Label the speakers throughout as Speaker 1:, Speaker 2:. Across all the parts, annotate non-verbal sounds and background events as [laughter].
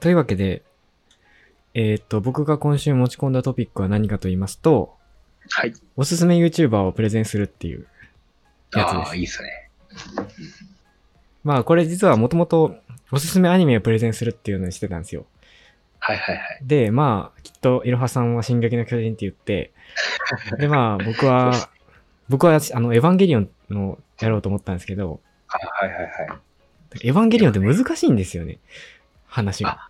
Speaker 1: というわけで、えーっと、僕が今週持ち込んだトピックは何かと言いますと、
Speaker 2: はい。
Speaker 1: おすすめ YouTuber をプレゼンするっていうやつで
Speaker 2: ああ、
Speaker 1: す。
Speaker 2: いいですね。
Speaker 1: まあこれ実はもともとおすすめアニメをプレゼンするっていうのにしてたんですよ。
Speaker 2: はいはいはい。
Speaker 1: で、まあきっといろはさんは進撃の巨人って言って、でまあ僕
Speaker 2: そうっ
Speaker 1: は
Speaker 2: す、
Speaker 1: 僕はあのエヴァンゲリオンのやろうと思ったんですけど、
Speaker 2: あはいはいは
Speaker 1: エヴァンゲリオンって難しいんですよね。話が。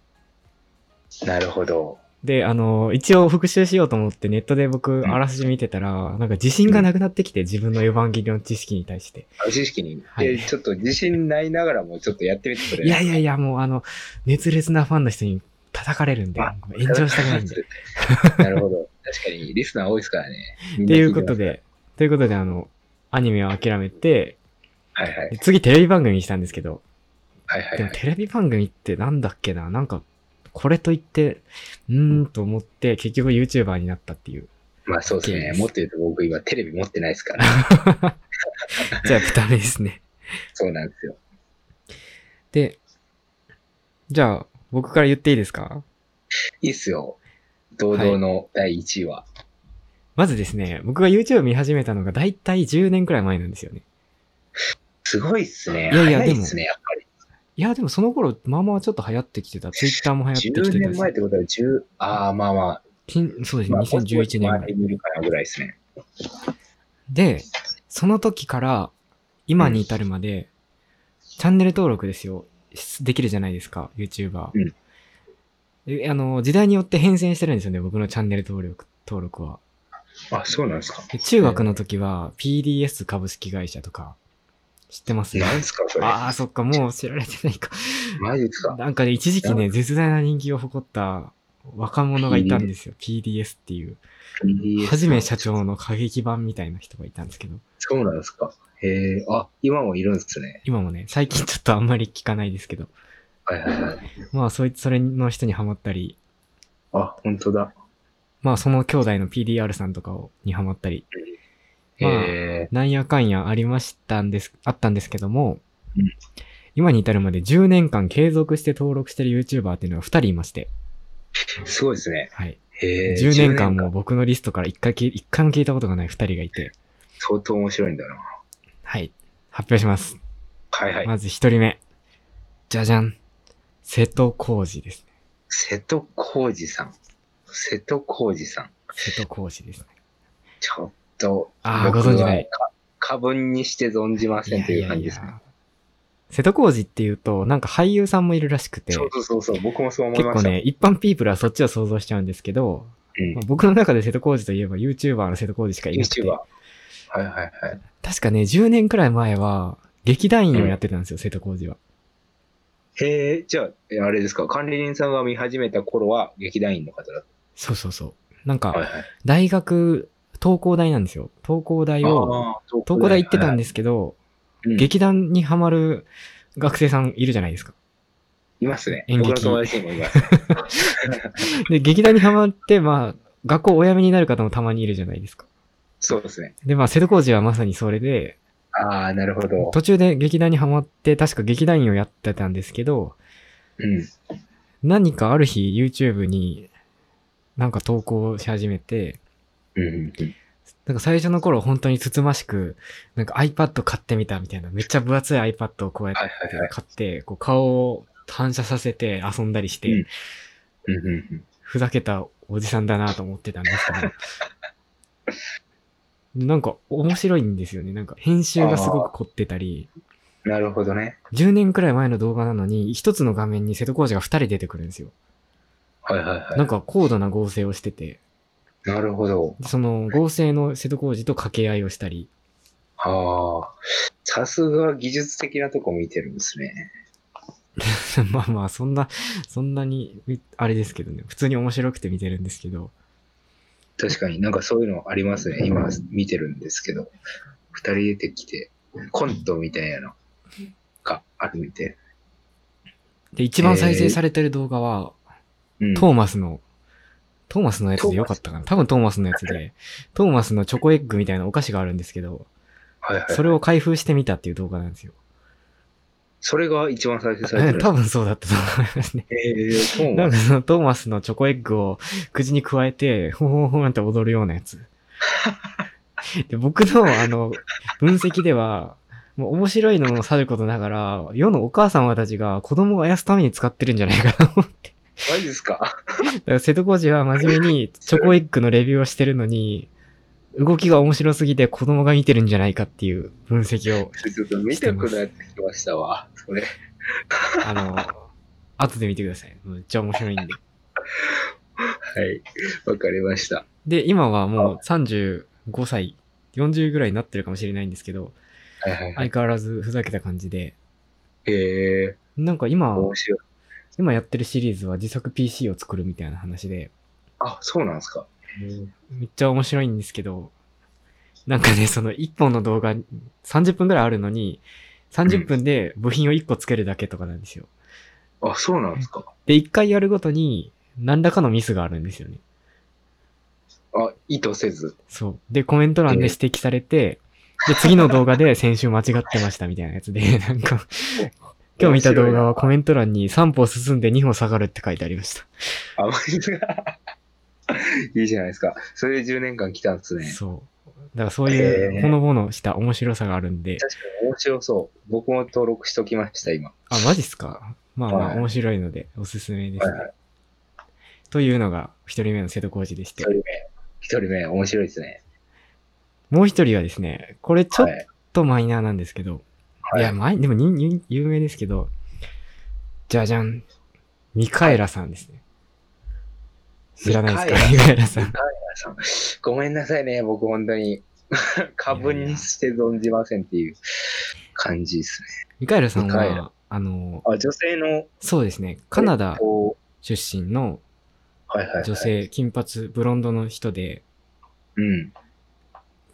Speaker 2: い。なるほど。
Speaker 1: で、あの、一応復習しようと思ってネットで僕、
Speaker 2: ん
Speaker 1: あらすじ見てたら、なんか自信がなくなってきて、自分のエヴァンゲリオン知識に対して。
Speaker 2: 知識に、
Speaker 1: はい
Speaker 2: えちょっと自信ないながらもちょっとやってみてくれ
Speaker 1: いやいやいや、もうあの、熱烈なファンの人に叩かれるんで、
Speaker 2: あ
Speaker 1: 炎上したく
Speaker 2: [laughs]
Speaker 1: ないんで。っ
Speaker 2: なるほど。確かに、リスナー多いですからね。って
Speaker 1: いうこと。で、ということで、あの、アニメを諦めて、
Speaker 2: はいはい。
Speaker 1: で次テレビ番組にしたんですけど、
Speaker 2: はいはい
Speaker 1: で
Speaker 2: は
Speaker 1: も
Speaker 2: い。
Speaker 1: テレビ番組ってなんだっけな、なんか、これと言って、うーんと思って、結局 YouTuber になったっていう。
Speaker 2: まあそうです
Speaker 1: ゲー
Speaker 2: ね。
Speaker 1: ム
Speaker 2: もっと言うと僕今テレビ持ってないで
Speaker 1: [laughs]
Speaker 2: すから。
Speaker 1: じゃあ、ダメですね。
Speaker 2: そうなんですよ。
Speaker 1: で、じゃあ、僕から言っていいですか
Speaker 2: いいっすよ。堂々の第1位は。
Speaker 1: まずですね、僕が YouTube を見始めたのが大体10年くらい前なんですよね。
Speaker 2: すごいっすね。
Speaker 1: いやいや
Speaker 2: 早っすね、やっぱり。
Speaker 1: いや、でもその頃、まあまあちょっと流行ってきてた。Twitter も流行ってき
Speaker 2: 10
Speaker 1: てた
Speaker 2: 年前っ
Speaker 1: して
Speaker 2: ことは10、ああ、まあまあ、
Speaker 1: 近。そうですね、
Speaker 2: まあ、
Speaker 1: 2011年ぐら
Speaker 2: まあ
Speaker 1: い。
Speaker 2: 見るかなぐらいですね。
Speaker 1: で、その時から今に至るまで、チャンネル登録ですよ。しできるじゃないですか、YouTuber。
Speaker 2: うん
Speaker 1: であの、時代によって変遷してるんですよね、僕のチャンネル登録登録は。
Speaker 2: あ、そうなんですか。
Speaker 1: で中学の時は PDS 株式会社とか、知ってます
Speaker 2: なんすか、それ。
Speaker 1: ああ、そっか、もう知られてないか。
Speaker 2: マジですか。
Speaker 1: なんかね、一時期ね、絶大な人気を誇った若者がいたんですよ。PDS っていう。はじめ社長の過激版みたいな人がいたんですけど、
Speaker 2: そうなんですか。へえ、あ、今もいるんですね。
Speaker 1: 今もね、最近ちょっとあんまり聞かないですけど、
Speaker 2: はいはいはい。
Speaker 1: まあ、そいつ、それの人にハマったり、
Speaker 2: あ、本当だ。
Speaker 1: まあ、その兄弟の PDR さんとかをにハマったり、
Speaker 2: へ
Speaker 1: まあ
Speaker 2: え、
Speaker 1: なんやかんやありましたんです、あったんですけども
Speaker 2: うん、
Speaker 1: 今に至るまで10年間継続して登録してる YouTuber っていうのが2人いまして、
Speaker 2: すごいですね。
Speaker 1: はい。
Speaker 2: へえ。
Speaker 1: 10年間も僕のリストから1回き、一回も聞いたことがない2人がいて、
Speaker 2: 相当面白いんだな。
Speaker 1: はい。発表します。
Speaker 2: はいはい。
Speaker 1: まず一人目。じゃじゃん。瀬戸康二ですね。
Speaker 2: 瀬戸康二さん。瀬戸康二さん。
Speaker 1: 瀬戸康二ですね。
Speaker 2: ちょっと、
Speaker 1: あー
Speaker 2: 僕
Speaker 1: ご存知
Speaker 2: は
Speaker 1: ない
Speaker 2: か過分にして存じませんという感じですね。
Speaker 1: 瀬戸康二っていうと、なんか俳優さんもいるらしくて、
Speaker 2: そうそうそうそう、僕もそう思い
Speaker 1: 結
Speaker 2: ま
Speaker 1: 構
Speaker 2: した。
Speaker 1: ね、一般ピープルはそっちを想像しちゃうんですけど、
Speaker 2: うん
Speaker 1: まあ僕の中で瀬戸康二といえば YouTuber の瀬戸康二しかいなくて
Speaker 2: YouTuber。、はいはいはい。
Speaker 1: 確かね、10年くらい前は、劇団員をやってたんですよ、瀬戸康二は。
Speaker 2: へえ、じゃあ、えあれですか、管理人さんが見始めた頃は劇団員の方だっ
Speaker 1: そうそうそう。なん
Speaker 2: た。はい
Speaker 1: か、
Speaker 2: はい。
Speaker 1: 大学、東工大なんですよ。東工大を、
Speaker 2: あー
Speaker 1: 東工大行ってたん
Speaker 2: で、
Speaker 1: ですけど、
Speaker 2: はいうん
Speaker 1: 劇団にハマる学生さんいるじゃないですか。
Speaker 2: いますね。
Speaker 1: 演劇
Speaker 2: 僕の友達にもいます。
Speaker 1: で、劇団にハマって、まあ、学校お辞めになる方もたまにいるじゃないですか。
Speaker 2: そうですね。
Speaker 1: で、まあ、瀬戸康二はまさにそれで、
Speaker 2: ああ、なるほ [laughs] ど。
Speaker 1: 途中で劇団にハマって、確か劇団員をやってたんですけど、
Speaker 2: うん。
Speaker 1: 何かある日 YouTube になんか投稿し始めて、
Speaker 2: うんうんうん、
Speaker 1: なんか最初の頃本当につつましく、なんか iPad 買ってみたみたいな、めっちゃ分厚い iPad をこうやっ
Speaker 2: はい
Speaker 1: て
Speaker 2: はいはい。
Speaker 1: 買って、こう顔を反射させて遊んだりして、
Speaker 2: うんうんうんうん、
Speaker 1: ふざけたおじさんだなと思ってたんですけど、 [laughs] なんか面白いんですよね。なんか編集がすごく凝ってたり、
Speaker 2: なるほどね。
Speaker 1: 10年くらい前の動画なのに、一つの画面に瀬戸康史が2人出てくるんですよ。
Speaker 2: はいはいはい。
Speaker 1: なんか高度な合成をしてて、
Speaker 2: なるほど。
Speaker 1: その合成の瀬戸康史と掛け合いをしたり、 [laughs]
Speaker 2: ああ。さすが技術的なとこ見てるんですね。
Speaker 1: まあまあそんな、そんなに、あれですけどね、普通に面白くて見てるんですけど、
Speaker 2: 確かになんかそういうのありますね。今見てるんですけど。二人出てきて、コントみたいなのがあるみたい。
Speaker 1: で、一番再生されてる動画は、
Speaker 2: うん、
Speaker 1: トーマスの、トーマスのやつでよかったかな。多分トーマスのやつで、トーマスのチョコエッグみたいなお菓子があるんですけど、
Speaker 2: はいはい。
Speaker 1: それを開封してみたっていう動画なんですよ。
Speaker 2: それが一番再生されてる。
Speaker 1: 多分そうだったと思いますね。
Speaker 2: えー、そう
Speaker 1: な
Speaker 2: なんん
Speaker 1: か
Speaker 2: だ
Speaker 1: そのトーマスのチョコエッグを口に加えて、ほほほなんて踊るようなやつ。で僕のあの、分析では、もう面白いのもさることながら、世のお母様たちが子供をあやすために使ってるんじゃないかなと思って。
Speaker 2: マジですか
Speaker 1: だから瀬戸康史は真面目にチョコエッグのレビューをしてるのに、動きが面白すぎて子供が見てるんじゃないかっていう分析を、
Speaker 2: ちょっと見たくなってきましたわ。それ。
Speaker 1: あの、後で見てください。めっちゃ面白いんで。
Speaker 2: はい。わかりました。
Speaker 1: で、今はもう35歳、40ぐらいになってるかもしれないんですけど、
Speaker 2: はいはいはい。
Speaker 1: 相変わらずふざけた感じで、
Speaker 2: え
Speaker 1: なんか
Speaker 2: ー、
Speaker 1: 今、
Speaker 2: 面白い。
Speaker 1: 今やってるシリーズは自作 PC を作るみたいな話で、
Speaker 2: あ、そうなんですか。
Speaker 1: めっちゃ面白いんですけど、なんかね、その1本の動画30分ぐらいあるのに、30分で部品を1個つけるだけとかなんですよ。
Speaker 2: あ、そうなんですか。
Speaker 1: で、1回やるごとに何らかのミスがあるんですよね。
Speaker 2: あ、意図せず。
Speaker 1: そう。で、コメント欄で指摘されて、で、次の動画で先週間違ってましたみたいなやつで、 [laughs] なんか、今日見た動画はコメント欄に3歩進んで2歩下がるって書いてありました。
Speaker 2: あ、 [laughs] マジですか。いいじゃないですか。それで10年間来たんですね。
Speaker 1: そう。だからそうい
Speaker 2: へ
Speaker 1: う
Speaker 2: ー
Speaker 1: ほのぼのした面白さがあるんで、
Speaker 2: 確かに面白そう。僕も登録しときました、今。
Speaker 1: あ、マジっすかまあまあ
Speaker 2: はい
Speaker 1: 面白いのでおすすめです
Speaker 2: はい
Speaker 1: ね。というのが一人目の瀬戸康史でし
Speaker 2: 一
Speaker 1: て
Speaker 2: 人、目。一人目、面白いですね。
Speaker 1: もう一人はですね、これちょっ
Speaker 2: はい。
Speaker 1: とマイナーなんですけど、
Speaker 2: はい
Speaker 1: いや、前、でもにに有名ですけど、じゃじゃん。ミカエラさんですね。知らないですかミ
Speaker 2: ミ
Speaker 1: カエラさん。
Speaker 2: さんごめんなさいね、僕本当に。 [laughs] 過分にして存じませんっていう感じですね。
Speaker 1: ミカエラさん
Speaker 2: ミカエラ
Speaker 1: は、あの、
Speaker 2: あ、女性の。
Speaker 1: そうですね、カナダ
Speaker 2: こう
Speaker 1: 出身の
Speaker 2: はいはい、はい。
Speaker 1: 女。性、金髪、ブロンドの人で、
Speaker 2: うん。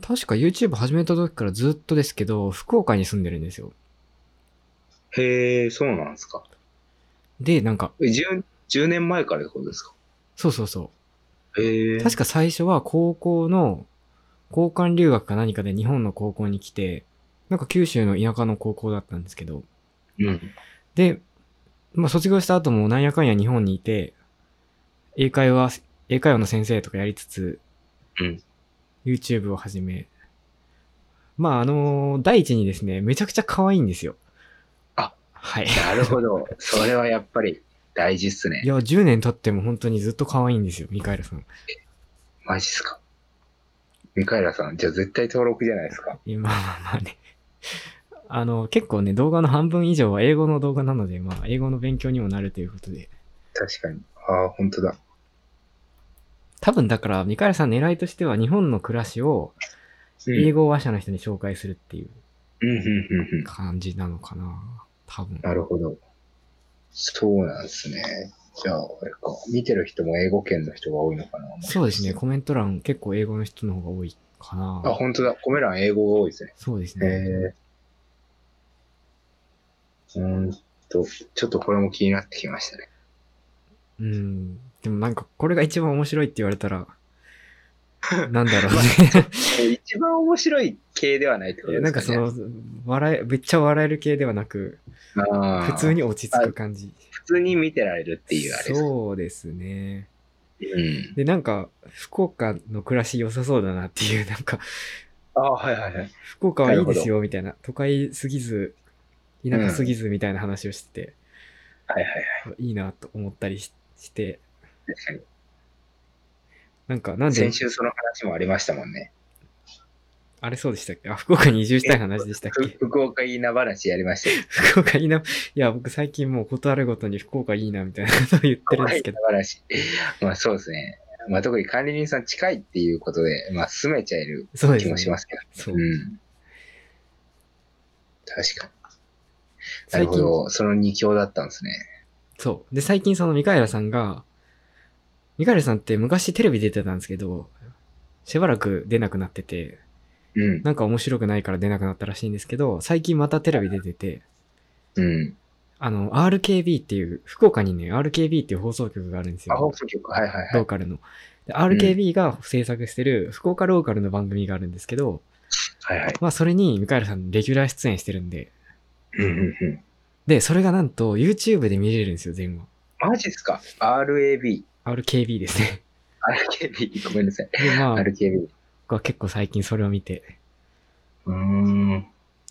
Speaker 1: 確か YouTube 始めた時からずっとですけど、福岡に住んでるんですよ。
Speaker 2: へえ、そうなんですか。
Speaker 1: で、なんか、
Speaker 2: え 10, 10年前からってことですか
Speaker 1: そうそうそ
Speaker 2: へえ。
Speaker 1: う。確か最初は高校の、交換留学か何かで日本の高校に来て、なんか九州の田舎の高校だったんですけど、
Speaker 2: うん。
Speaker 1: で、まあ、卒業した後もなんやかんや日本にいて、英会話、英会話の先生とかやりつつ、
Speaker 2: うん。
Speaker 1: YouTube を始め、まあ、あのー第一にですね、めちゃくちゃ可愛いんですよ。
Speaker 2: あ
Speaker 1: はい。
Speaker 2: なるほど。それはやっぱり大事っす
Speaker 1: い
Speaker 2: ね。
Speaker 1: や、10年経っても本当にずっと可愛いんですよ、ミカエルさん。
Speaker 2: マジっすか。ミカエラさん、じゃあ絶対登録じゃないですか。
Speaker 1: 今はまあね。あの、結構ね、動画の半分以上は英語の動画なので、まあ、英語の勉強にもなるということで。
Speaker 2: 確かに。ああ、本当だ。
Speaker 1: 多分だから、ミカエルさん狙いとしては、日本の暮らしを、
Speaker 2: うん
Speaker 1: 英語話者の人に紹介するっていう
Speaker 2: うん、うん、うん、うん。
Speaker 1: 感じなのかな多分。
Speaker 2: なるほど。そうなんですね。じゃあ、あれか。見てる人も英語圏の人が多いのかな。
Speaker 1: そうですね、。コメント欄結構英語の人の方が多いか
Speaker 2: あ、
Speaker 1: な
Speaker 2: 本当だ。コメ欄英語が多いですね。
Speaker 1: そうですね。
Speaker 2: へえ。うーんと、ちょっとこれも気になってきましたね。
Speaker 1: うん。でもなんか、これが一番面白いって言われた
Speaker 2: [laughs]
Speaker 1: ら、なんだろう [laughs]
Speaker 2: え一番面白い系ではないってこと
Speaker 1: ね。
Speaker 2: ですか、ね、
Speaker 1: なんかその、笑え、めっちゃ笑える系ではなく、
Speaker 2: あー
Speaker 1: 普通に落ち着く感じ。
Speaker 2: 普通に見てられるっていうあれですね。
Speaker 1: そうですね。
Speaker 2: うん。
Speaker 1: で、なんか、福岡の暮らし良さそうだなっていう、なんか、 [laughs]
Speaker 2: ああ、はいはいはい。
Speaker 1: 福岡はいいですよ、みたいな。都会すぎず、田舎すぎずみたいな話をしてて、
Speaker 2: はいはいはい。
Speaker 1: いいなと思ったりしして、
Speaker 2: 確かに。
Speaker 1: なんか、なんで
Speaker 2: 先、週その話もありましたもんね。
Speaker 1: あれそうでしたっけあ、福岡に移住したい話でしたっ
Speaker 2: ふ
Speaker 1: け
Speaker 2: 福岡いいな話やりましたよ。
Speaker 1: [laughs] 福岡いいな。いや、僕最近もう断るごとに福岡いいなみたいなことを言ってるんですけど。
Speaker 2: 怖いな話。まあそうですね。まあ特に管理人さん近いっていうことで、まあ住めちゃいる
Speaker 1: そうです
Speaker 2: 気
Speaker 1: ね。
Speaker 2: もしますけど。
Speaker 1: そう。
Speaker 2: うん。確かに。な
Speaker 1: 最
Speaker 2: るほ
Speaker 1: 近、
Speaker 2: ど。その二強だったんですね。
Speaker 1: そう。で、最近そのミカエラさんが、ミカエラさんって昔テレビ出てたんですけど、しばらく出なくなってて、
Speaker 2: うん。
Speaker 1: なんか面白くないから出なくなったらしいんですけど、最近またテレビ出てて、
Speaker 2: うん。
Speaker 1: あの、RKB っていう、福岡にね、RKB っていう放送局があるんですよ。
Speaker 2: あ、放送局。はいはいは
Speaker 1: ロー
Speaker 2: い。
Speaker 1: カルの。で RKB が制作してる福岡ローカルの番組があるんですけど、
Speaker 2: はいはい。
Speaker 1: まあそれにミカエルさんレギュラー出演してるんで、
Speaker 2: うんうんうん。
Speaker 1: で、それがなんと YouTube で見れるんですよ、全話。
Speaker 2: マジっすか ?RAB。
Speaker 1: RKB ですね。
Speaker 2: RKB。ごめんなさい。
Speaker 1: で、まあ、僕
Speaker 2: RKB。
Speaker 1: は結構最近それを見て、
Speaker 2: うーん。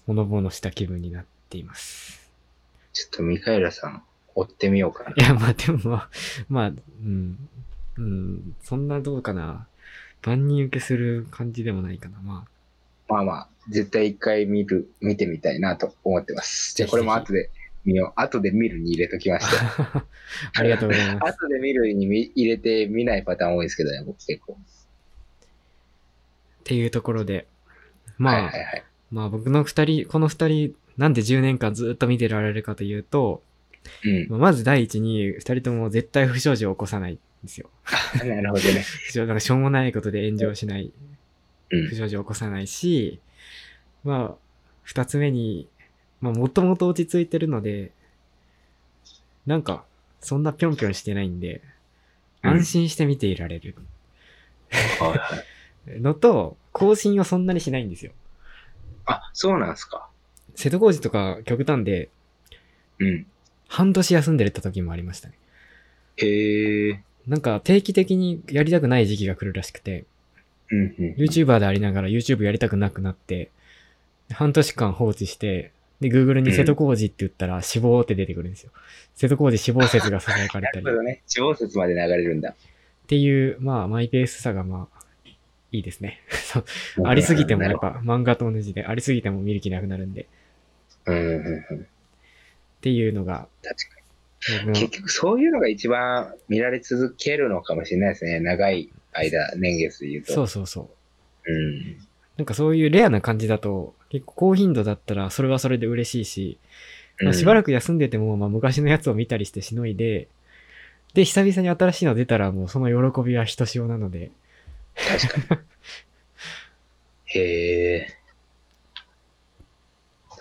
Speaker 1: ほのぼのした気分になっています。
Speaker 2: ちょっとミカエラさん、追ってみようかな。
Speaker 1: いや、まあでもまあ、まあ、うん、うん、そんなどうかな。万人受けする感じでもないかな。まあ、
Speaker 2: まあまあ、絶対一回見る、見てみたいなと思ってます。じゃあこれも後で見よう。後で見るに入れときました。
Speaker 1: あり [laughs] がとうございます。
Speaker 2: 後で見るにみ入れて見ないパターン多いですけどね、僕結構。
Speaker 1: っていうところで、
Speaker 2: はい
Speaker 1: ま
Speaker 2: は
Speaker 1: あ
Speaker 2: い、はい。
Speaker 1: まあ僕の二人、この二人、なんで10年間ずっと見てられるかというと、 [laughs]
Speaker 2: うん。
Speaker 1: まあまず第一に、二人とも絶対不祥事を起こさないんですよ。
Speaker 2: なるほどね。
Speaker 1: 不祥なんかしょうもないことで炎上しない、 [laughs]
Speaker 2: うん
Speaker 1: 不祥事を起こさないし、まあ、二つ目に、まあ、もともと落ち着いてるので、なんか、そんなぴょんぴょんしてないんで、
Speaker 2: うん
Speaker 1: 安心して見ていられる
Speaker 2: はいはい。
Speaker 1: のと、更新をそんなにしないんですよ。
Speaker 2: あ、そうなんすか。
Speaker 1: 瀬戸康史とか極端で、
Speaker 2: うん。
Speaker 1: 半年休んでた時もありましたね。
Speaker 2: へえ。
Speaker 1: なんか、定期的にやりたくない時期が来るらしくて、
Speaker 2: うんうん。
Speaker 1: YouTuber でありながら YouTube やりたくなくなって、半年間放置して、で、Google に瀬戸康史って言ったら死亡って出てくるんですよ。瀬戸康史死亡説が囁かれ
Speaker 2: な
Speaker 1: た
Speaker 2: る [laughs]
Speaker 1: り
Speaker 2: ほど
Speaker 1: っ
Speaker 2: ね。地方説まで流れるんだ。
Speaker 1: ていう、まあ、マイペースさがまあ、いいですね。 [laughs] そうありすぎても
Speaker 2: な
Speaker 1: や
Speaker 2: る
Speaker 1: っ
Speaker 2: ほ
Speaker 1: ぱ漫画と同じで、ありすぎても見る気なくなるんで、っ
Speaker 2: ど。うんうんうん。
Speaker 1: ていうのが、
Speaker 2: 確か
Speaker 1: 僕の
Speaker 2: に。結局そういうのが一番見られ続けるのかもしれないですね。長い間、年月で言うと。
Speaker 1: そうそうそう。
Speaker 2: うん。
Speaker 1: なんかそういうレアな感じだと、結構高頻度だったらそれはそれで嬉しいし、まあしば
Speaker 2: らく。
Speaker 1: らく休んでても、まあ、昔のやつを見たりしてしのいで、で、久々に新しいの出たら、もうその喜びはひとしおなので、
Speaker 2: 確かに。へえ。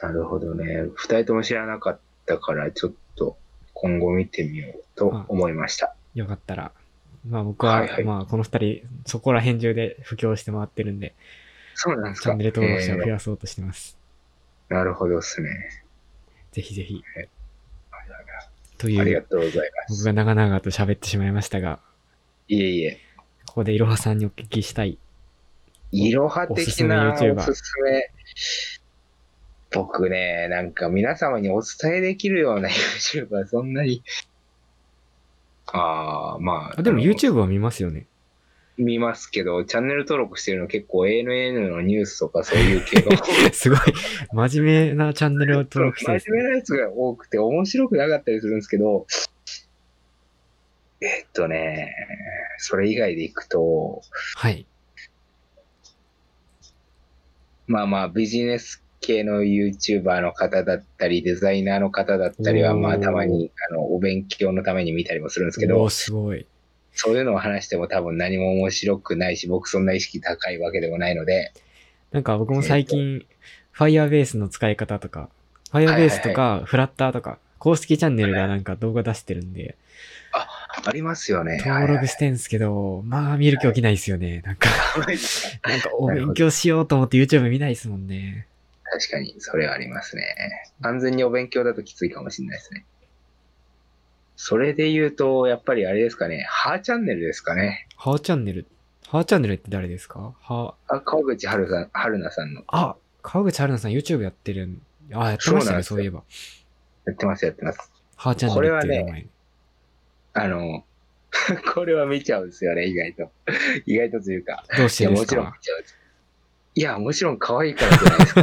Speaker 2: なるほどね。二人とも知らなかったから、ちょっと今後見てみようと思いました。
Speaker 1: よかったら、まあ僕は、
Speaker 2: はいはい
Speaker 1: まあこの二人、そこら辺中で布教して回ってるん
Speaker 2: [laughs]
Speaker 1: で、
Speaker 2: そうなんです
Speaker 1: チ
Speaker 2: か。
Speaker 1: ャンネル登録者を増
Speaker 2: へ
Speaker 1: やそうとしてます。
Speaker 2: えなるほどですね。
Speaker 1: ぜひぜひ。
Speaker 2: はいはいはい
Speaker 1: と
Speaker 2: あり
Speaker 1: い
Speaker 2: が
Speaker 1: う、
Speaker 2: とうございま
Speaker 1: 僕
Speaker 2: す。
Speaker 1: が長々と喋ってしまいましたが、
Speaker 2: いえいえ、
Speaker 1: ここでいろはさんにお聞きしたい。
Speaker 2: いろは
Speaker 1: おす
Speaker 2: 的
Speaker 1: すめ
Speaker 2: な
Speaker 1: YouTuber
Speaker 2: おすすめ。僕ね、なんか皆様にお伝えできるような YouTuber、そんなに。ああ、まあ。
Speaker 1: あでも
Speaker 2: あの
Speaker 1: YouTube は見ますよね。 [laughs]
Speaker 2: 見ますけど、チャンネル登録してるの結構 ANN のニュースとかそういう系
Speaker 1: [laughs]
Speaker 2: が多くて
Speaker 1: すごい、真面目なチャンネルを登録してるんです
Speaker 2: 真面目なやつが多くて面白くなかったりするんですけど、えっとね、それ以外でいくと、
Speaker 1: はい。
Speaker 2: まあまあビジネス系の YouTuber の方だったり、デザイナーの方だったりは、
Speaker 1: おー
Speaker 2: まあたまにあのお勉強のために見たりもするんですけ
Speaker 1: お
Speaker 2: ど
Speaker 1: ー、すごい。
Speaker 2: そういうのを話しても多分何も面白くないし、僕そんな意識高いわけでもないので、
Speaker 1: なんか僕も最近、Firebase の使い方とか、Firebase とか、フラッターとか、公式チャンネルがなんか動画出してるんで、
Speaker 2: ありますよね。
Speaker 1: 登録してんすけど、まあ見る気起きないですよね。
Speaker 2: [laughs]
Speaker 1: なんか、
Speaker 2: はい
Speaker 1: なんかお勉強しようと思って YouTube 見ないですもんね。
Speaker 2: 確かに、それはありますね。完全にお勉強だときついかもしれないですね。それで言うと、やっぱりあれですかね、ハーチャンネルですかね。
Speaker 1: ハーチャンネル、ハーチャンネルって誰ですかは、
Speaker 2: あ川口春さん春菜さんの。
Speaker 1: あ、川口春奈さん YouTube やってるん、あ、やってましたね、
Speaker 2: そ
Speaker 1: そう
Speaker 2: なんですよ
Speaker 1: ういえば。
Speaker 2: やってます、やってます。
Speaker 1: ハーチャンネルっていう名前。
Speaker 2: あの、 [laughs] これは見ちゃうんですよね、意外と。意外とというか。
Speaker 1: どうし
Speaker 2: い
Speaker 1: て
Speaker 2: や、
Speaker 1: で
Speaker 2: も
Speaker 1: す
Speaker 2: ちろん見
Speaker 1: か
Speaker 2: ちゃうんです。いや、もちろん可愛いからじゃないで
Speaker 1: [laughs]
Speaker 2: すか。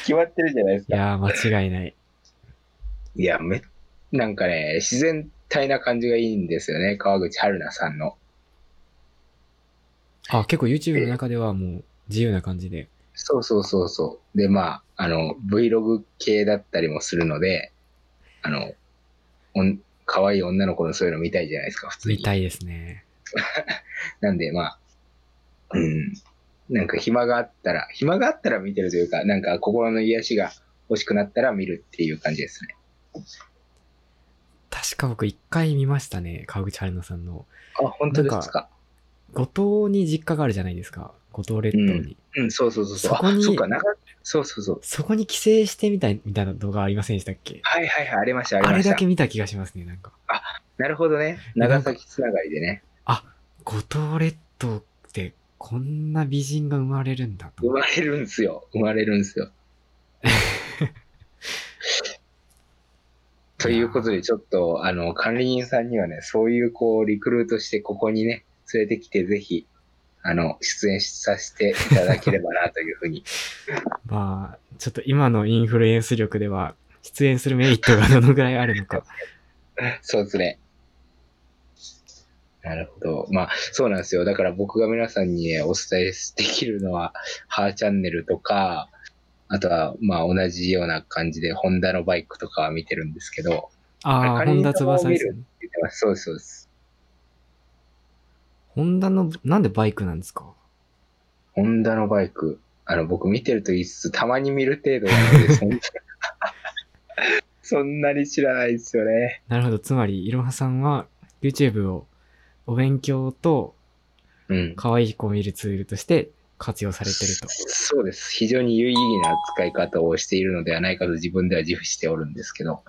Speaker 2: 決まってるじゃないです
Speaker 1: い
Speaker 2: か。
Speaker 1: やー、間違いない。
Speaker 2: いや、め、なんかね、自然体な感じがいいんですよね、川口春奈さんの。
Speaker 1: あ、結構 YouTube の中ではもう自由な感じで。
Speaker 2: そうそうそうそう。で、まあ、あの、Vlog 系だったりもするので、あの、おん可愛い女の子のそういうの見たいじゃないですか、普通に。
Speaker 1: 見たいですね。
Speaker 2: なんで、まあ、うん、なんか暇があったら、暇があったら見てるというか、なんか心の癒しが欲しくなったら見るっていう感じですね。
Speaker 1: 確か僕一回見ましたね、川口春奈さんの。
Speaker 2: あ、本当ですか。
Speaker 1: 五島に実家があるじゃないですか。五島列島に。
Speaker 2: うん、そうそうそうそ
Speaker 1: そ
Speaker 2: う。
Speaker 1: こに
Speaker 2: あそっか、長そうそうそう。
Speaker 1: そこに帰省してみたい、みたいな動画ありませんでしたっけ
Speaker 2: はいはいはい、ありました、あ
Speaker 1: あ
Speaker 2: りま
Speaker 1: れ
Speaker 2: した。
Speaker 1: だけ見た気がしますね、なんか。
Speaker 2: なるほどね。長崎つながりでね。
Speaker 1: 五島列島ってこんな美人が生まれるんだと
Speaker 2: 生
Speaker 1: 思って。
Speaker 2: まれるんすよ。生まれるんすよ。ということで、ちょっと、あの、管理人さんにはね、そういう子をリクルートして、ここにね、連れてきて、ぜひ、あの、出演させていただければな、というふうに。
Speaker 1: まあ、ちょっと今のインフルエンス力では、出演するメリットがどのぐらいあるの
Speaker 2: [laughs]
Speaker 1: か。
Speaker 2: そうですね。なるほど。まあ、そうなんですよ。だから僕が皆さんにねお伝えできるのは、ハーチャンネルとか、あとは、まあ、同じような感じで、ホンダのバイクとかは見てるんですけど、
Speaker 1: ああ、
Speaker 2: あれ
Speaker 1: 本田翼です
Speaker 2: 管理人を
Speaker 1: ね。
Speaker 2: 見てますそうです、そうです。
Speaker 1: 本田の、なんでバイクなんですか
Speaker 2: ホンダのバイク、あの、僕見てると言いつつ、たまに見る程度なので、そ
Speaker 1: [laughs]
Speaker 2: んなそんなに知らないですよね。
Speaker 1: なるほど。つまり、いろはさんは YouTube をお勉強と
Speaker 2: うん。
Speaker 1: 可愛い子を見るツールとして活用されてると。
Speaker 2: そうです。非常に有意義な使い方をしているのではないかと自分では自負しておるんですけど、
Speaker 1: わか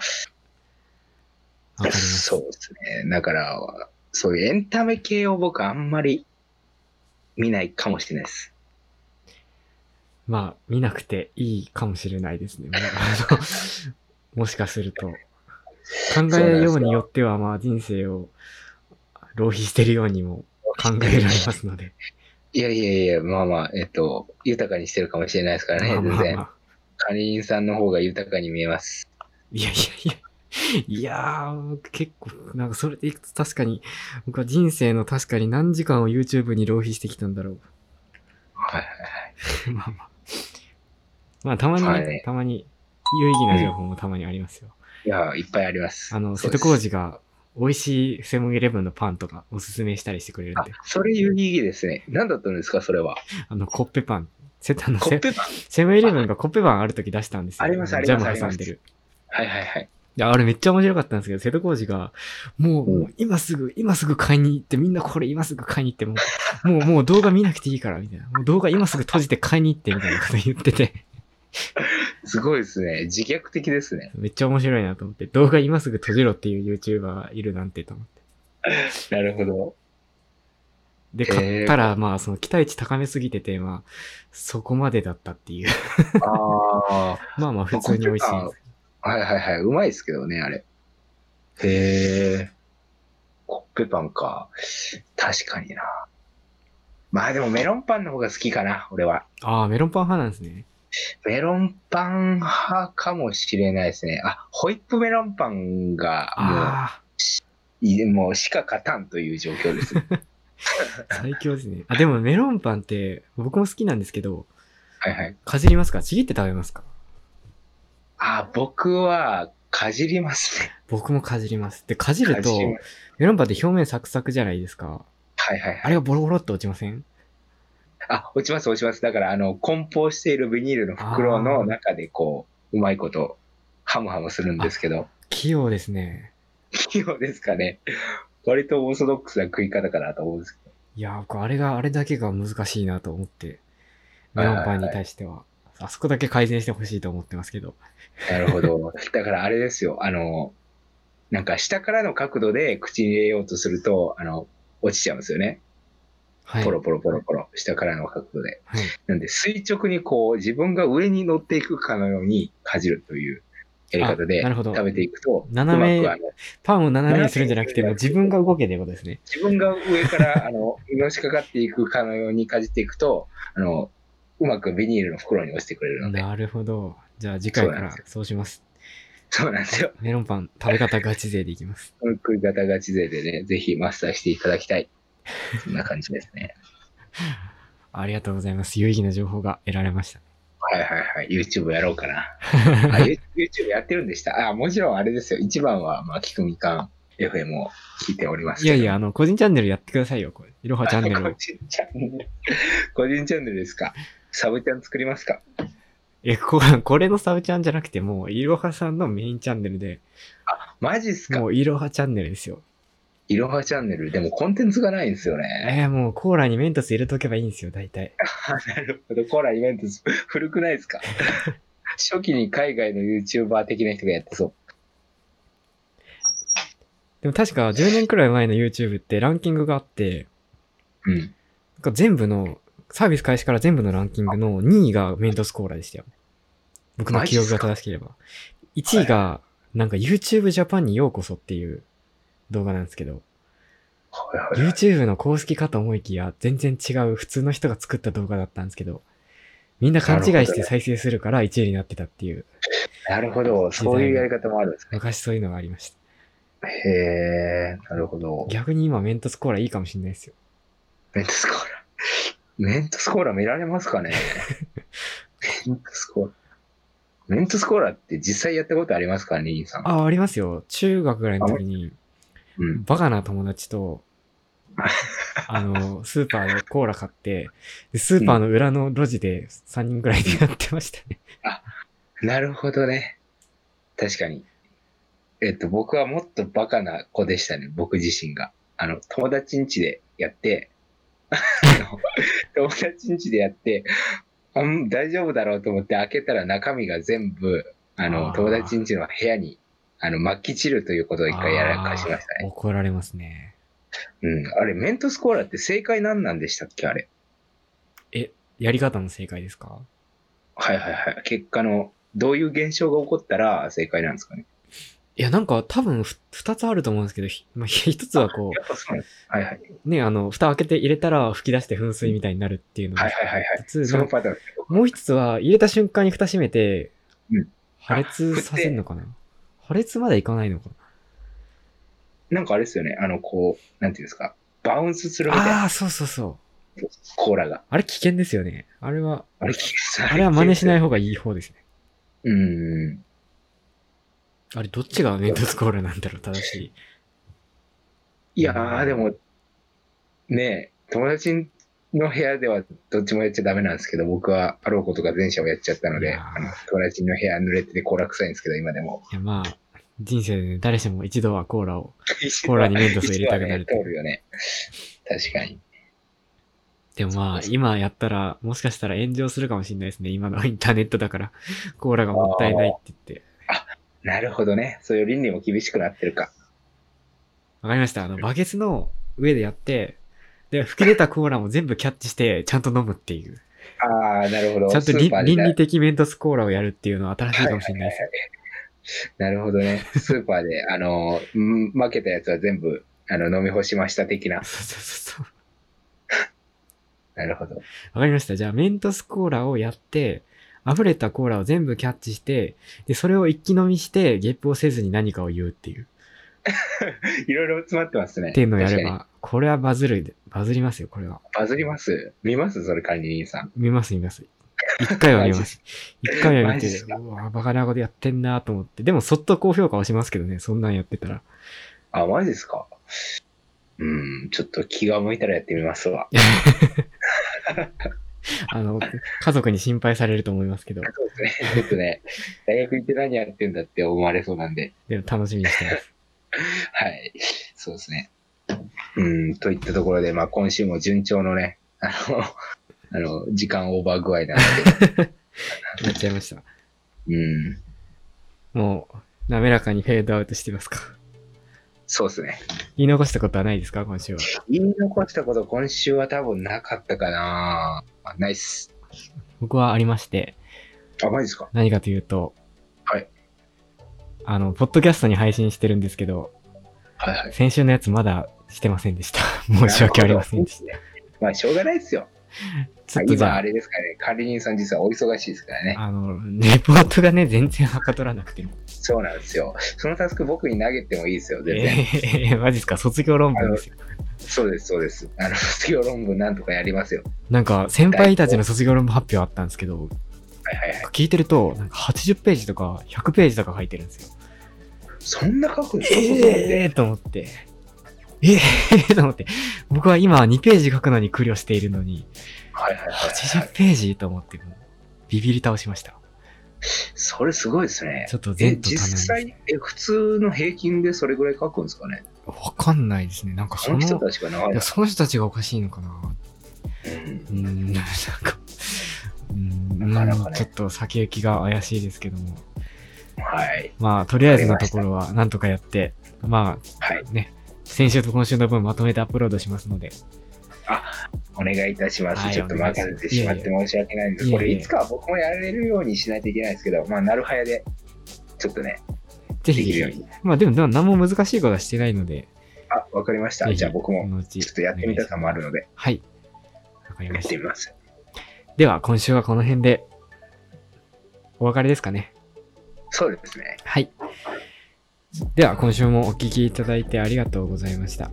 Speaker 1: りま
Speaker 2: [laughs]
Speaker 1: す。
Speaker 2: そうですね。だから、そういうエンタメ系を僕あんまり見ないかもしれないです。
Speaker 1: まあ、見なくていいかもしれないですね。もうあのもしかすると。考えようによっては、まあ、人生を浪費してるようにも考えられますので。
Speaker 2: いやいやいや、まあまあ、えっと、豊かにしてるかもしれないですからね、
Speaker 1: まあ
Speaker 2: 全
Speaker 1: まあま
Speaker 2: 然。
Speaker 1: あ。
Speaker 2: 管理人さんの方が豊かに見えます。
Speaker 1: いやいやいや。いやー、結構、なんかそれでいくと確かに、僕は人生の確かに何時間を YouTube に浪費してきたんだろう。
Speaker 2: はい
Speaker 1: まあまあ。まあ、たまにね、
Speaker 2: はい
Speaker 1: たまに、有意義な情報もたまにありますよ。
Speaker 2: いや、いっぱいあります。
Speaker 1: あの、
Speaker 2: そ
Speaker 1: 瀬
Speaker 2: うで
Speaker 1: 戸
Speaker 2: す
Speaker 1: 康史が、美味しいセブンイレブンのパンとかおすすめしたりしてくれるん
Speaker 2: あ
Speaker 1: で、、
Speaker 2: それ有意義ですね。何だったんですか、それ
Speaker 1: [laughs]
Speaker 2: は。
Speaker 1: あの、コッペパン。セあの
Speaker 2: コ
Speaker 1: セ
Speaker 2: ッペパン。
Speaker 1: セブンイレブンがコッペパンある時出したんですよ。
Speaker 2: あります
Speaker 1: の
Speaker 2: あります
Speaker 1: ジャム挟んでる。
Speaker 2: はいはいはい。
Speaker 1: いや、あれめっちゃ面白かったんですけど、瀬戸康史が、もう、
Speaker 2: うん
Speaker 1: もう今すぐ、今すぐ買いに行って、みんなこれ今すぐ買いに行って、もう、 [laughs] もう、もう動画見なくていいから、みたいな。もう動画今すぐ閉じて買いに行って、みたいなこと言ってて、
Speaker 2: すごいですね。自虐的ですね。
Speaker 1: めっちゃ面白いなと思って、動画今すぐ閉じろっていう YouTuber がいるなんてと思って。
Speaker 2: なるほど。
Speaker 1: で、
Speaker 2: へー
Speaker 1: 買ったら、まあ、その期待値高めすぎてて、まあ、そこまでだったって
Speaker 2: [laughs]
Speaker 1: いう。
Speaker 2: ああ。
Speaker 1: まあまあ、普通に美味しいです。
Speaker 2: はいはいはい。うまいですけどね、あれ。へえ。コッペパンか。確かにな。まあでもメロンパンの方が好きかな、俺は。
Speaker 1: ああ、メロンパン派なんですね。
Speaker 2: メロンパン派かもしれないですね。あ、ホイップメロンパンが
Speaker 1: あ
Speaker 2: もう、いもうしか勝たんという状況です。はい
Speaker 1: あ、最強ですね。あ、でもメロンパンって、僕も好きなんですけど、
Speaker 2: [laughs] はい。
Speaker 1: かじりますかちぎって食べますか
Speaker 2: あ、僕は、かじりますね。
Speaker 1: 僕もかじります。で、かじる
Speaker 2: か
Speaker 1: と
Speaker 2: じ、ります
Speaker 1: メロンパンって表面サクサクじゃないですか。
Speaker 2: はいはいはい。
Speaker 1: あれがボロボロっと落ちません
Speaker 2: あ、落ちます、落ちます。だから、あの、梱包しているビニールの袋の中で、こう、うまいこと、ハムハムするんです [laughs] けど、
Speaker 1: 器用ですね。
Speaker 2: 器用ですかね。割とオーソドックスな食い方かなと思うんですけ
Speaker 1: いやー、僕あれが、あれだけが難しいなと思って、メロンパンに対しては。あそこだけ改善してほしいと思ってますけど。
Speaker 2: ど。なる
Speaker 1: [laughs]
Speaker 2: ほど。だから、あれですよ。あの、なんか、下からの角度で口に入れようとすると、あの、落ちちゃうんですよね。
Speaker 1: はい。
Speaker 2: ポロポロポロポロ、下からの角度で。
Speaker 1: はい、
Speaker 2: なんで、垂直にこう、自分が上に乗っていくかのように、かじるというやり方で
Speaker 1: あなるほど
Speaker 2: 食べていくと、
Speaker 1: 斜め
Speaker 2: うまくあの
Speaker 1: パンを斜めにするんじゃなくて、もう自分が動けということですね。
Speaker 2: 自分が上から、あの、のしかかっていくかのようにかじっていくと、あの、うまくビニールの袋に落ちてくれるので。
Speaker 1: なるほど。じゃあ次回か
Speaker 2: そうなん
Speaker 1: ら
Speaker 2: です
Speaker 1: そうします。
Speaker 2: そうなんですよ。
Speaker 1: メロンパン食べ方ガチ勢でいきます。
Speaker 2: この食い方ガチ勢でね、ぜひマスターしていただきた
Speaker 1: [laughs]
Speaker 2: い。そんな感じですね。
Speaker 1: ありがとうございます。有意義な情報が得られました。
Speaker 2: はいはいはい。YouTube やろう
Speaker 1: [laughs]
Speaker 2: かな。あ、You- YouTube やってるんでした。あ、もちろんあれですよ。一番は、まあ、きくみかん FM を聞いております
Speaker 1: い
Speaker 2: け
Speaker 1: や
Speaker 2: ど。
Speaker 1: いや、あの、個人チャンネルやってくださいよ、これ。いろはチ [laughs] ャンネ
Speaker 2: [laughs] 個
Speaker 1: ルを。
Speaker 2: 人チャンネル。個人チャンネルですか。サブチャン作りますか。
Speaker 1: え、こ、これのサブチャンじゃなくて、もう、いろはさんのメインチャンネルで、
Speaker 2: マジっすか。
Speaker 1: もう、いろはチャンネルですよ。
Speaker 2: いろはチャンネル、でもコンテンツがないんですよね。
Speaker 1: えー、もうコーラにメントス入れとけばいいんですよ、大体。
Speaker 2: なるほど。コーライベントス、古くないですか初期に海外の YouTuber 的な人がやってそう。
Speaker 1: でも確か10年くらい前の YouTube ってランキングがあって、
Speaker 2: うん。
Speaker 1: なんか全部の、サービス開始から全部のランキングの2位がメントスコーラでしたよ。僕の記憶が正しければ。1位が、なんか YouTube ジャパンにようこそっていう動画なんですけど、
Speaker 2: はいはいはい
Speaker 1: YouTube の公式かと思いきや、全然違う普通の人が作った動画だったんですけど、みんな勘違いして再生するから1位になってたっていう、
Speaker 2: なるほど。そういうやり方もあるんですね。
Speaker 1: 昔そういうのがありました。
Speaker 2: へー、なるほど。
Speaker 1: 逆に今メントスコーラいいかもしれないですよ。
Speaker 2: メントスコーラ。メントスコーラ見られます
Speaker 1: [laughs]
Speaker 2: かねメントスコーラ。メントスコーラって実際やったことありますかね、インさん。
Speaker 1: あ、ありますよ。中学ぐらいの時に、
Speaker 2: うん。
Speaker 1: バカな友達と、あの、スーパーのコーラ買って、でスーパーの裏の路地で3人ぐらいでやってましたね。
Speaker 2: なるほどね。確かに。えっと、僕はもっとバカな子でしたね、僕自身が。あの、友達ん家でやって、あの友達ん家でやって、あん大丈夫だろうと思って開けたら中身が全部、あの、
Speaker 1: あー
Speaker 2: 友達ん家の部屋に、あの、末期散るということを一回やらかしましたね。
Speaker 1: 怒られますね。
Speaker 2: うん。あれ、メントスコーラって正解何なんでしたっけあれ。
Speaker 1: やり方の正解ですか
Speaker 2: はいはいはい。結果の、どういう現象が起こったら正解なんですかね。
Speaker 1: いや、なんか多分ふ2つあると思うんですけど、ひまあ、1つはこ
Speaker 2: やっぱそうなんです。はいはい。
Speaker 1: う、ね、あの、蓋開けて入れたら吹き出して噴水みたいになるっていうのが
Speaker 2: はいはいはいはい。
Speaker 1: 一つ
Speaker 2: そのパターン。
Speaker 1: もう1つは入れた瞬間に蓋閉めて
Speaker 2: うん、
Speaker 1: 破裂させるのかな破裂までいかないのか
Speaker 2: なんかあれですよね。あの、こう、なんていうんですか。バウンスするみたいな
Speaker 1: なああ、そうそうそう。
Speaker 2: コーラが。
Speaker 1: あれ危険ですよね。あれは、
Speaker 2: あれ、聞き。
Speaker 1: あれは真似しないい方がいい方ですね。
Speaker 2: うん。
Speaker 1: あれ、どっちがメントスコーラなんだろう、正しい。
Speaker 2: いやー、でも、ねえ、友達の部屋ではどっちもやっちゃダメなんですけど、僕はあろうことか前者をやっちゃったの
Speaker 1: い
Speaker 2: で、
Speaker 1: やー
Speaker 2: あの友達の部屋濡れててコーラ臭いんですけど、今でも。
Speaker 1: いや、まあ、人生でね、誰しも一度はコーラを、 [laughs] コーラにメントスを入れたくなる
Speaker 2: [laughs] 一番ね通るよね。確かに。
Speaker 1: でもま
Speaker 2: そう
Speaker 1: あ
Speaker 2: で、す
Speaker 1: 今やったら、もしかしたら炎上するかもしれないですね。今のインターネットだから、コーラがもったいないって言って。
Speaker 2: なるほどね。そういう倫理も厳しくなってるか。
Speaker 1: わかりました。あの、バケツの上でやって、で、吹き出たコーラも全部キャッチして、ちゃんと飲むっていう。
Speaker 2: ああ、なるほど。
Speaker 1: ちゃんと
Speaker 2: ス
Speaker 1: 倫
Speaker 2: ーパーで
Speaker 1: 倫理的メントスコーラをやるっていうのは新しいかもしれないです。
Speaker 2: なるほどね。スーパ
Speaker 1: [laughs]
Speaker 2: ーで、あの、うん負けたやつは全部、あの、飲み干しました的な。
Speaker 1: そうそうそうそう。
Speaker 2: なるほど。
Speaker 1: わかりました。じゃあ、メントスコーラをやって、溢れたコーラを全部キャッチして、で、それを一気飲みして、ゲップをせずに何かを言うっていう、
Speaker 2: いろいろ詰まってますね。
Speaker 1: っていうのをやれ
Speaker 2: 確か
Speaker 1: ば、これはバズる、バズりますよ、これは。
Speaker 2: に。バズります見ますそれ管理人さん。
Speaker 1: 見ます、見ます。一回は見ま
Speaker 2: [laughs] マジ
Speaker 1: す。一回は見
Speaker 2: マジ
Speaker 1: て
Speaker 2: っす、か
Speaker 1: うわバカなことやってんなと思って。でも、そっと高評価はしますけどね、そんなんやってたら。
Speaker 2: あ、マジですかうん、ちょっと気が向いたらやってみますわ。
Speaker 1: あの、家族に心配されると思いますけど、
Speaker 2: そうですね。ちょっとね、大学行って何やってんだって思われそうなんで。
Speaker 1: でも楽しみにしてます。
Speaker 2: はい。そうですね。うん、といったところで、まあ今週も順調のね、あの、あの、時間オーバー具合なの
Speaker 1: やっちゃいました。
Speaker 2: で、うん、
Speaker 1: もう、滑らかにフェードアウトしてますか。
Speaker 2: そうですね。
Speaker 1: 言い残したことはないですか、今週は。
Speaker 2: 言い残したこと今週は多分なかったかなあないっす。
Speaker 1: 僕はありまして、
Speaker 2: あ、マジですか
Speaker 1: 何かというと、
Speaker 2: はい。
Speaker 1: あの、ポッドキャストに配信してるんですけど、
Speaker 2: はいはい。
Speaker 1: 先週のやつまだしてませんでした。 [laughs] 申し訳ありませんでし
Speaker 2: なるほど。まあ、しょうがないっすよ。
Speaker 1: た。ちょっとじ
Speaker 2: 今、
Speaker 1: ゃ
Speaker 2: あ
Speaker 1: あ、
Speaker 2: れですかね、管理人さん実はお忙しいですからね。
Speaker 1: あの、レポートがね、全然はかどらなくて。
Speaker 2: そうなんですよ。そのタスク僕に投げてもいいですよ、全然。
Speaker 1: えー、マジっすか、卒業論文ですよ。
Speaker 2: そうです、そうです。あの、 [laughs] 卒業論文なんとかやりますよ。
Speaker 1: なんか、先輩たちの卒業論文発表あったんですけど、
Speaker 2: はいはいはい。
Speaker 1: 聞いてると、なんか80ページとか100ページとか書いてるんですよ。
Speaker 2: そんな書くんですか卒論って
Speaker 1: ええー、と思って。ええー、と思って。僕は今2ページ書くのに苦慮しているのに、
Speaker 2: はいはいはいはい。
Speaker 1: 80ページと思って、もうビビり倒しました。
Speaker 2: それすごいですね。
Speaker 1: ちょっと
Speaker 2: え、
Speaker 1: 全と多面
Speaker 2: 実
Speaker 1: です
Speaker 2: 際、え、普通の平均でそれぐらい書くんですかね
Speaker 1: わかんないですね。なんかそ
Speaker 2: あの
Speaker 1: の、
Speaker 2: 人
Speaker 1: い
Speaker 2: たちが長い
Speaker 1: や、その人たちがおかしいのかな。
Speaker 2: うん
Speaker 1: うーん、なんか、うーん、
Speaker 2: なかなかね
Speaker 1: ちょっと先行きが怪しいですけども。
Speaker 2: はい。
Speaker 1: まあ、とりあえずのところは、なんとかやって、ま
Speaker 2: はい。
Speaker 1: あね、先週と今週の分まとめてアップロードしますので、
Speaker 2: お願いいたします。
Speaker 1: はい
Speaker 2: ちょっと任せてしまって
Speaker 1: お
Speaker 2: 申し訳ないんで
Speaker 1: いえ
Speaker 2: す。
Speaker 1: いえ
Speaker 2: これ、いつかは僕もやれるようにしないといけないですけど、まあ、なるはやで、ちょっとね、
Speaker 1: ぜ
Speaker 2: できるよう
Speaker 1: ひ、
Speaker 2: に。
Speaker 1: まあでも、でも何も難しいことはしてないので、
Speaker 2: あ、わかりました。
Speaker 1: ぜひ
Speaker 2: じゃあ僕
Speaker 1: こ
Speaker 2: も、
Speaker 1: のうち
Speaker 2: ちょっとやってみたさもあるので、
Speaker 1: はい。わかり
Speaker 2: や
Speaker 1: ま
Speaker 2: っ
Speaker 1: してた。
Speaker 2: みます。
Speaker 1: では、今週はこの辺で、お別れですかね。
Speaker 2: そうですね。
Speaker 1: はい。では、今週もお聞きいただいてありがとうございました。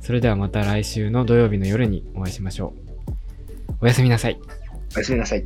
Speaker 1: それではまた来週の土曜日の夜にお会いしましょう。おやすみなさい。
Speaker 2: おやすみなさい。